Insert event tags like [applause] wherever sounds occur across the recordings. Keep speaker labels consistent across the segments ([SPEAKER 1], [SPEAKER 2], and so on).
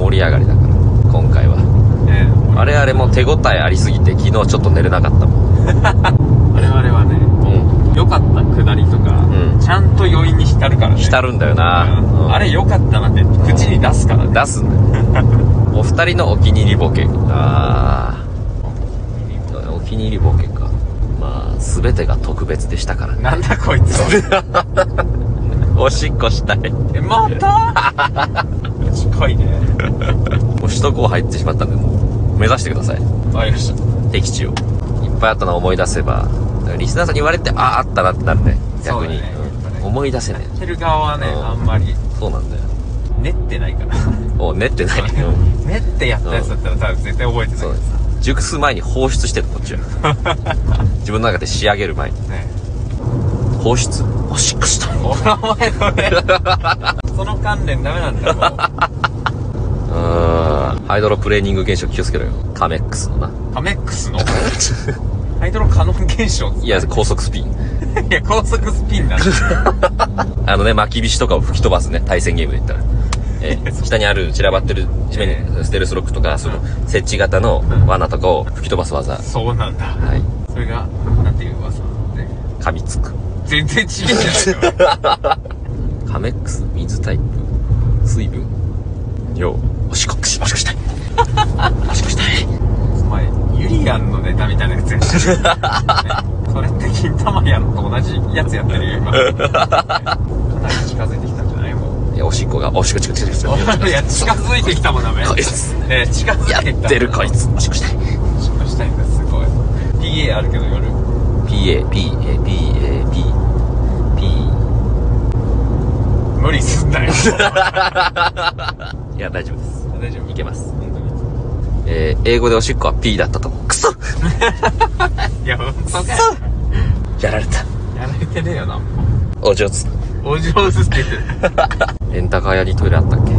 [SPEAKER 1] 盛り上がりだから今回は
[SPEAKER 2] ね
[SPEAKER 1] あれあれも手応えありすぎて昨日ちょっと寝れなかったもん
[SPEAKER 2] 我々はね
[SPEAKER 1] うん
[SPEAKER 2] 良かった下りとか、
[SPEAKER 1] うん
[SPEAKER 2] ちゃんと余韻に浸るからね
[SPEAKER 1] 浸るんだよな、
[SPEAKER 2] うん
[SPEAKER 1] うん
[SPEAKER 2] あれ良かったなって口に出すからね
[SPEAKER 1] 出すんだよ
[SPEAKER 2] [laughs]
[SPEAKER 1] お二人のお気に入りボケああお気に入りボケかまあ全てが特別でしたからね
[SPEAKER 2] なんだこいつ
[SPEAKER 1] [laughs] おしっこしたいも
[SPEAKER 2] えまた近いね
[SPEAKER 1] う首都高入ってしまったんでもう目指してください
[SPEAKER 2] あよし
[SPEAKER 1] 敵地をいっぱいあったのを思い出せばだからリスナーさんに言われてあああったなってなるね逆に
[SPEAKER 2] そうだねやっぱね
[SPEAKER 1] 思い出せない
[SPEAKER 2] てる側はね
[SPEAKER 1] うん
[SPEAKER 2] あんまり
[SPEAKER 1] そうなんだよ
[SPEAKER 2] 練ってないから
[SPEAKER 1] お練ってない
[SPEAKER 2] 練ってやったやつだったら多分絶対覚えてない
[SPEAKER 1] そう
[SPEAKER 2] で
[SPEAKER 1] 熟す前に放出してるこっちは自分の中で仕上げる前に
[SPEAKER 2] すね
[SPEAKER 1] 放出おしっこした
[SPEAKER 2] お前それその関連ダメなんだよも
[SPEAKER 1] うーんハイドロプレーニング現象気をつけろよカメックスのな
[SPEAKER 2] うカメッ
[SPEAKER 1] [laughs]
[SPEAKER 2] クスのハイドロカノン現象
[SPEAKER 1] いや高速スピン
[SPEAKER 2] いや高速スピ
[SPEAKER 1] [laughs]
[SPEAKER 2] ンなんだ
[SPEAKER 1] あのね巻き菱とかを吹き飛ばすね対戦ゲームで言ったらえー下にある散らばってる地面にステルスロックとかその設置型の罠とかを吹き飛ばす技
[SPEAKER 2] そうなんだ
[SPEAKER 1] はい
[SPEAKER 2] それがなんていう噂で
[SPEAKER 1] 噛みつく
[SPEAKER 2] 全然違うじゃないか
[SPEAKER 1] カメックス水タイプ水分量おしっこおしっこしたいおしっこしたい
[SPEAKER 2] お前ユリアンのネタみたいなやつやってる、ねそれって金玉やんと同じやつやってるよ今かなり近づいてきたんじゃないもう
[SPEAKER 1] いやおしっこがおしっこ近づいてき
[SPEAKER 2] いや近
[SPEAKER 1] た
[SPEAKER 2] づいてきたもんダメ
[SPEAKER 1] こいつ
[SPEAKER 2] ね近づ
[SPEAKER 1] や
[SPEAKER 2] いてきた
[SPEAKER 1] ってるこいつおしっこしたい
[SPEAKER 2] 失敗したいんだすごい PA あるけど夜
[SPEAKER 1] PAPAPAP
[SPEAKER 2] 無理すんなよ
[SPEAKER 1] いや大丈夫です
[SPEAKER 2] 大丈夫
[SPEAKER 1] いけます
[SPEAKER 2] 本当に
[SPEAKER 1] えー、英語でおしっこは P だったとクソ
[SPEAKER 2] いや本当か
[SPEAKER 1] やられた
[SPEAKER 2] やられてねえよな
[SPEAKER 1] お上手
[SPEAKER 2] お上手って言ってる
[SPEAKER 1] レンタカー屋にトイレあったっけ
[SPEAKER 2] 高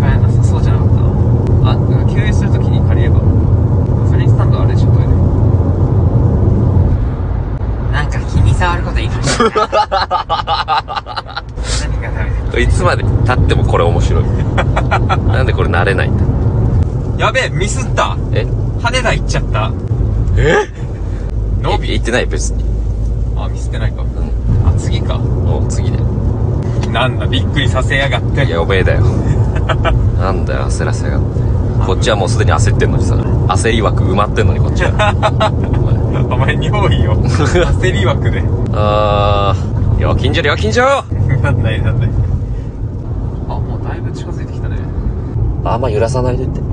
[SPEAKER 2] 屋なさそうじゃなかったなあだから給油するときに借りればガソリンスタンドあれでしょトイレなんか気に障ること言いました [laughs] 何がダメだ
[SPEAKER 1] いつまで経ってもこれ面白い [laughs] なんでこれ慣れないんだ
[SPEAKER 2] やべえミスった
[SPEAKER 1] え
[SPEAKER 2] 羽田行っちゃった
[SPEAKER 1] え
[SPEAKER 2] 伸
[SPEAKER 1] 言
[SPEAKER 2] び
[SPEAKER 1] ってない別に
[SPEAKER 2] あミスってないか
[SPEAKER 1] うん
[SPEAKER 2] あ次か
[SPEAKER 1] もう次で
[SPEAKER 2] なんだびっくりさせやがって
[SPEAKER 1] いやおめえ
[SPEAKER 2] [laughs]
[SPEAKER 1] だよなんだよ焦らせやがってこっちはもうすでに焦ってんのにさ焦り枠埋まってんのにこっちはおい
[SPEAKER 2] お前尿 [laughs] 意よ焦り枠で [laughs]
[SPEAKER 1] あー料金所料金所
[SPEAKER 2] なんないなんないあもうだいぶ近づいてきたね
[SPEAKER 1] あんま揺らさないでって、ね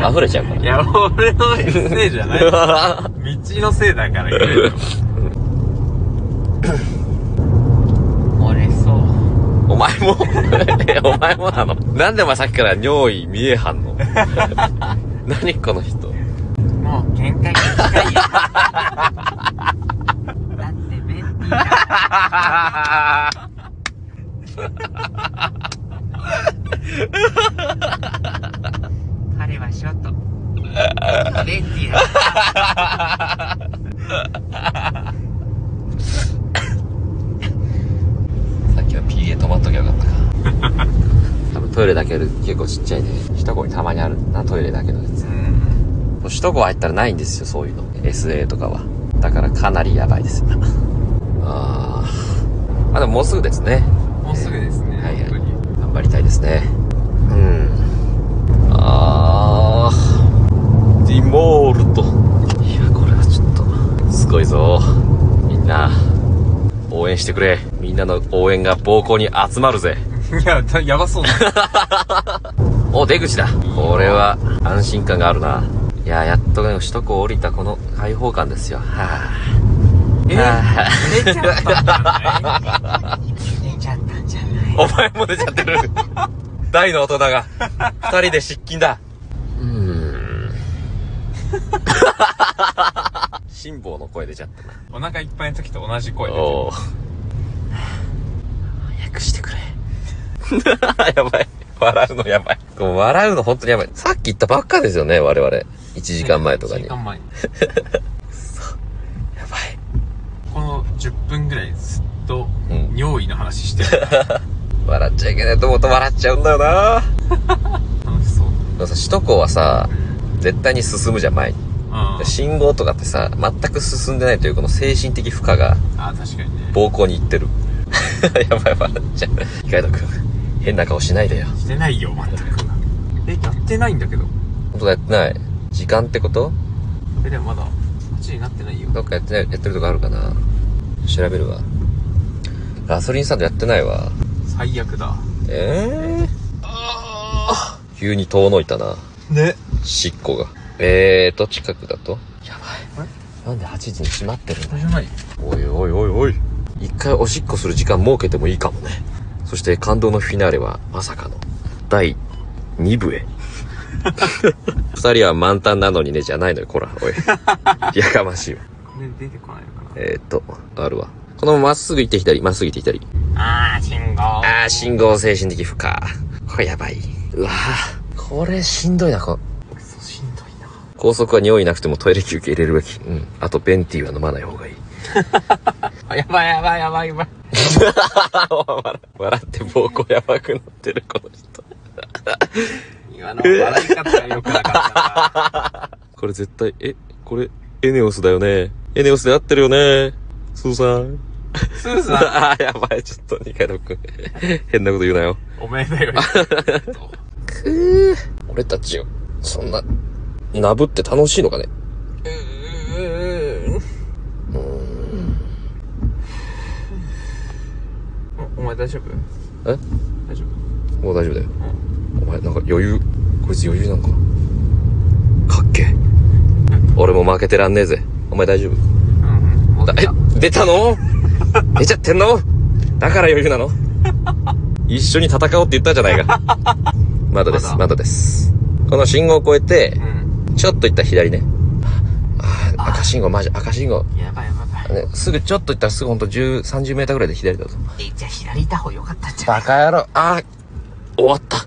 [SPEAKER 1] うん、溢れちゃうか
[SPEAKER 2] いや俺のせいじゃない
[SPEAKER 1] ら
[SPEAKER 2] 道のせいだから俺そう
[SPEAKER 1] [laughs] お前も [laughs] えお前もなのなんでお前さっきから尿意見えはんの [laughs] 何この人
[SPEAKER 3] もう限界が近いよだってベンティが彼はショートベンティだ
[SPEAKER 1] さっきは PA 止まっときゃよかったか多分トイレだけで結構ちっちゃいね首都高にたまにあるなトイレだけのやつも
[SPEAKER 2] ん
[SPEAKER 1] う首都高入ったらないんですよそういうの SA とかはだからかなりやばい [laughs] ですよあーまあでももうすぐですね
[SPEAKER 2] もうすぐですね、
[SPEAKER 1] はいはい
[SPEAKER 2] 本当に
[SPEAKER 1] 頑張りたいですねうんあーディモールトいやこれはちょっとすごいぞみんな応援してくれみんなの応援が暴行に集まるぜ
[SPEAKER 2] いやだやばそうだ
[SPEAKER 1] お出口だこれは安心感があるないややっとね首都高降りたこの開放感ですよはあ
[SPEAKER 2] え
[SPEAKER 1] は
[SPEAKER 2] ー、出ちゃったんじゃない
[SPEAKER 3] 寝ちゃったんじゃない
[SPEAKER 1] お前も出ちゃってる大の大人が二人で失禁だうーん辛抱の声出ちゃったな
[SPEAKER 2] お腹いっぱいの時と同じ声出てる
[SPEAKER 1] おお早くしてくれ [laughs] やばい笑うのやばいこう笑うの本当にやばいさっき言ったばっかですよね我々1時間前とかに
[SPEAKER 2] 一時
[SPEAKER 1] やば
[SPEAKER 2] 間前
[SPEAKER 1] い
[SPEAKER 2] この10分ぐらいずっと
[SPEAKER 1] うん [laughs]
[SPEAKER 2] 尿意の話してる、
[SPEAKER 1] 笑っちゃいけないと思うと笑っちゃうんだよな
[SPEAKER 2] 楽しそう
[SPEAKER 1] でもさ首都高はさ絶対に進むじゃん前に
[SPEAKER 2] あ
[SPEAKER 1] 信号とかってさ全く進んでないというこの精神的負荷が
[SPEAKER 2] あ確かにね
[SPEAKER 1] 暴行にいってる [laughs] やばい笑っちゃうカイドくん変な顔しないでよ
[SPEAKER 2] してないよ全くえやってないんだけど
[SPEAKER 1] 本当だやってない時間ってこと
[SPEAKER 2] えでもまだ8時になってないよ
[SPEAKER 1] どっかやってないやってるとこあるかな調べるわガソリンスタンドやってないわ
[SPEAKER 2] 最悪だ
[SPEAKER 1] ええー、急に遠のいたな
[SPEAKER 2] ね
[SPEAKER 1] しっこがえーと近くだとや
[SPEAKER 2] ばい
[SPEAKER 1] なんで8時に閉まってるん
[SPEAKER 2] これじゃない
[SPEAKER 1] おいおいおいおい一回おしっこする時間設けてもいいかもねそして感動のフィナーレはまさかの第2部へ二人は満タンなのにねじゃないのよこらおいやかましいわ
[SPEAKER 2] これ出てこないのかな
[SPEAKER 1] えー、っとあるわこのまままっすぐ行って左まっすぐ行って左
[SPEAKER 2] あー信号
[SPEAKER 1] あー信号精神的負荷これやばいうわーこれしんどいなこの
[SPEAKER 2] クソしんどいな
[SPEAKER 1] 高速は匂いなくてもトイレ休憩入れるべきうんあとベンティーは飲まない方がいい
[SPEAKER 2] あやばいやばいやばいやばい
[SPEAKER 1] 笑笑って暴行やばくなってるこの人
[SPEAKER 2] 今の笑い方が良くなかっ
[SPEAKER 1] これ絶対えこれエネオスだよねエネオスで合ってるよねスーさん
[SPEAKER 2] たなスーさ
[SPEAKER 1] [laughs]
[SPEAKER 2] ん
[SPEAKER 1] ああやばいちょっと二階堂くん [laughs] 変なこと言うなよ
[SPEAKER 2] おめでよ
[SPEAKER 1] くー俺たちをそんななぶって楽しいのかね
[SPEAKER 2] おお前大丈夫
[SPEAKER 1] え
[SPEAKER 2] 大丈夫
[SPEAKER 1] もう大丈夫だよお前なんか余裕こいつ余裕なんかかっけえ俺も負けてらんねえぜお前大丈夫
[SPEAKER 2] うんうん
[SPEAKER 1] だえ出たの出ちゃってんのだから余裕なの一緒に戦おうって言ったじゃないかまだです
[SPEAKER 2] ま
[SPEAKER 1] まだ
[SPEAKER 2] だ
[SPEAKER 1] ですこの信号を越えて
[SPEAKER 2] うん
[SPEAKER 1] ちょっと行ったら左ねああ赤信号マジ赤信号、
[SPEAKER 2] やばいやばいやば
[SPEAKER 1] ね、
[SPEAKER 2] い
[SPEAKER 1] すぐちょっと行ったらすぐほんと10 30メーターぐらいで左だぞ
[SPEAKER 2] えじゃあ左行った方が良かったんじゃん
[SPEAKER 1] バカ野郎ああ終わった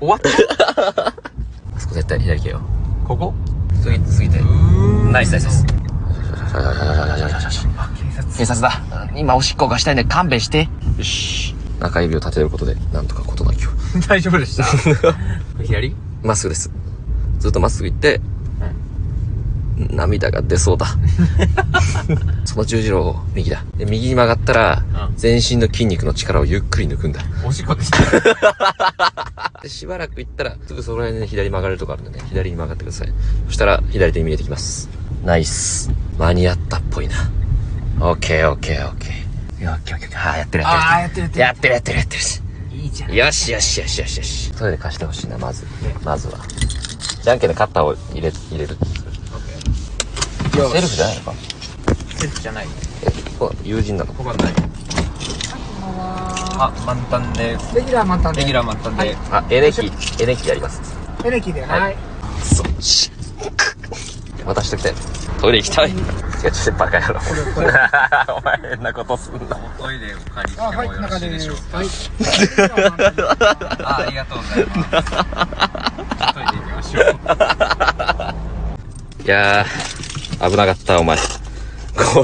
[SPEAKER 2] 終わった
[SPEAKER 1] あそこ絶対左行けよ
[SPEAKER 2] ここ
[SPEAKER 1] 過ぎ過ぎて
[SPEAKER 2] う
[SPEAKER 1] ナイスナイスナイス
[SPEAKER 2] あ警察
[SPEAKER 1] 警察だ今おしっこがしたいんで勘弁してよし中指を立てることでなんとか事なきを
[SPEAKER 2] 大丈夫でした [laughs] 左
[SPEAKER 1] まっすぐです。ずっとまっすぐ行って、涙が出そうだ。その十字路を右だ。で、右に曲がったら、
[SPEAKER 2] うん
[SPEAKER 1] 全身の筋肉の力をゆっくり抜くんだ。
[SPEAKER 2] おしっこでした
[SPEAKER 1] で、しばらく行ったら、すぐそこら辺で左に曲がれるとこあるんでね、左に曲がってください。そしたら、左手に見えてきます。ナイス。間に合ったっぽいな。オッケーオッケーオッケー。いや、オッケーオッケーオッケー。はあー、やってる
[SPEAKER 2] あー
[SPEAKER 1] や
[SPEAKER 2] や
[SPEAKER 1] っ
[SPEAKER 2] ってて
[SPEAKER 1] る
[SPEAKER 2] る
[SPEAKER 1] や
[SPEAKER 2] や
[SPEAKER 1] っ
[SPEAKER 2] って
[SPEAKER 1] るやってるやってるやってる。
[SPEAKER 2] いいじゃん
[SPEAKER 1] よしよしよしよしよし。トイレ貸してほしいな、まず。まずは。じゃんけんでカッターを入れ、入れる。セルフじゃないのか
[SPEAKER 2] セルフじゃない
[SPEAKER 1] え、そう、友人なの
[SPEAKER 2] ここはないあ満タンです
[SPEAKER 3] レギュラーまた
[SPEAKER 2] レギュラー満タンで
[SPEAKER 1] あ、エレキ、エレキやります。
[SPEAKER 3] エレキではい
[SPEAKER 1] そっち。渡しときたい。トイレ行きたい。違う、ちょっとバカ野郎。 [laughs] お前変なことすんな。
[SPEAKER 2] おトイレを借りて
[SPEAKER 3] あ
[SPEAKER 2] も
[SPEAKER 3] はい
[SPEAKER 2] よろ
[SPEAKER 3] 中
[SPEAKER 2] しい
[SPEAKER 3] で
[SPEAKER 2] でしょうか
[SPEAKER 3] はい
[SPEAKER 2] あありがとうござい [laughs] ますちょっとトイレ行きましょう
[SPEAKER 1] いやー、危なかった、お前。ゴ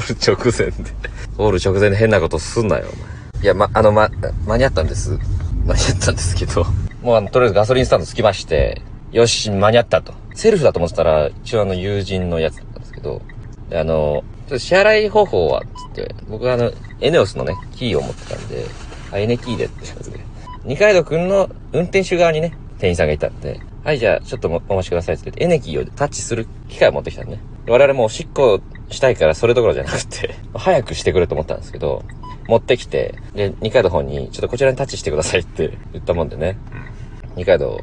[SPEAKER 1] ール直前で。ゴール直前で変なことすんなよ、お前。いや、ま、あの、ま、間に合ったんです。間に合ったんですけど。もう、あの、とりあえずガソリンスタンド着きまして、よし、間に合ったと。セルフだと思ってたら、一応あの、友人のやつだったんですけど、であの、ちょっと支払い方法は、つって、僕はあの、エネオスのね、キーを持ってたんで、あ、エネキーでってやつで。二階堂くんの運転手側にね、店員さんがいたんで、はい、じゃあ、ちょっともお待ちくださいって言って、エネキーをタッチする機械を持ってきたんでね。我々もうおしっこしたいから、それどころじゃなくて、早くしてくれと思ったんですけど、持ってきて、で、二階堂の方に、ちょっとこちらにタッチしてくださいって言ったもんでね、二階堂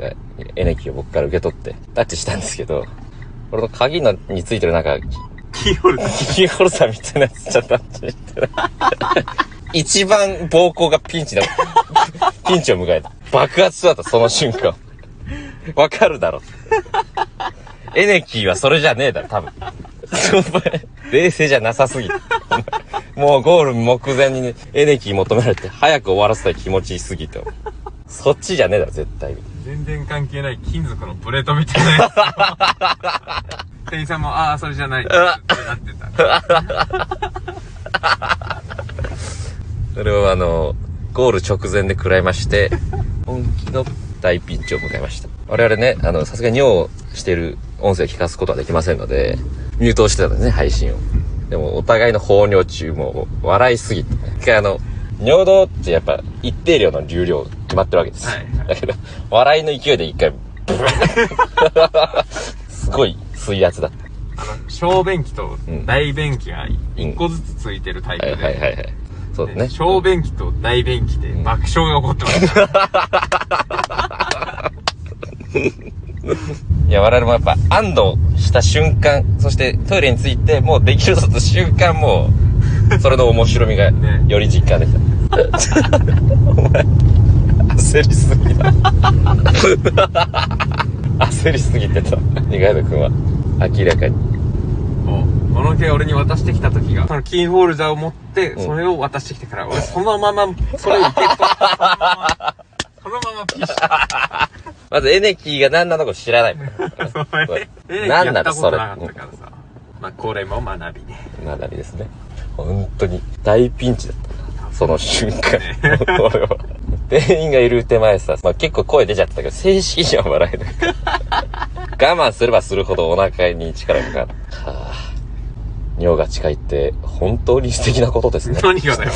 [SPEAKER 1] がエネキーを僕から受け取って、タッチしたんですけど、俺の鍵のについてるなんか、
[SPEAKER 2] キーホ
[SPEAKER 1] [laughs]
[SPEAKER 2] ルダー
[SPEAKER 1] キーホルダーみたいなやつちゃったってしてる一番暴行がピンチだ。 [laughs] ピンチを迎えた。爆発だった、その瞬間。わかるだろ。エネキーはそれじゃねえだろ、多分。 [laughs] お前冷静じゃなさすぎる。もうゴール目前にね、エネキー求められて、早く終わらせたい気持ちすぎて。そっちじゃねえだろ、絶対。
[SPEAKER 2] 全然関係ない金属のプレートみたいなやつ店員さんもああそれじゃないってなってた
[SPEAKER 1] それをあの、ゴール直前で食らいまして、本気の大ピンチを迎えました。我々ね、あの、さすがに尿してる音声を聞かすことはできませんので、ミュートをしてたんですね、配信を。でも、お互いの放尿中もう笑いすぎて。一回あの、尿道ってやっぱ一定量の流量決まってるわけです。
[SPEAKER 2] はいはい
[SPEAKER 1] だけど、笑いの勢いで一回、ブワー [laughs] すごい水圧だった。
[SPEAKER 2] あの小便器と大便器が一個ずつついてるタイプ
[SPEAKER 1] は
[SPEAKER 2] で、
[SPEAKER 1] いはいはいはい。そうだ
[SPEAKER 2] で
[SPEAKER 1] ね。
[SPEAKER 2] 小便器と大便器で爆笑が起こってました、
[SPEAKER 1] いや、我々もやっぱ安堵した瞬間、そしてトイレに着いて、もうできるぞと瞬間、 [laughs] もう、それの面白みが
[SPEAKER 2] ね、
[SPEAKER 1] より実感できた。お前、焦りすぎだ。焦りすぎてた、二階堂くんは。明らかに。
[SPEAKER 2] もうこの毛俺に渡してきた時がそのキーホルダーを持ってそれを渡してきてから、俺そのままそれを受け取って [laughs] そのままそのままピシッ
[SPEAKER 1] まず、エネキーが何なのか知らない。
[SPEAKER 2] [laughs] え
[SPEAKER 1] なん
[SPEAKER 2] や
[SPEAKER 1] な
[SPEAKER 2] っ
[SPEAKER 1] ら
[SPEAKER 2] たこと
[SPEAKER 1] それ
[SPEAKER 2] なかったからさ、まあこれも学びね
[SPEAKER 1] なだりですね。本当に、大ピンチだった。その瞬間、俺は。店員がいる手前さ、まあ、結構声出ちゃってたけど、正式には笑えない。我慢すればするほどお腹に力がかかる。はあ、尿が近いって、本当に素敵なことですね。
[SPEAKER 2] 何がだよ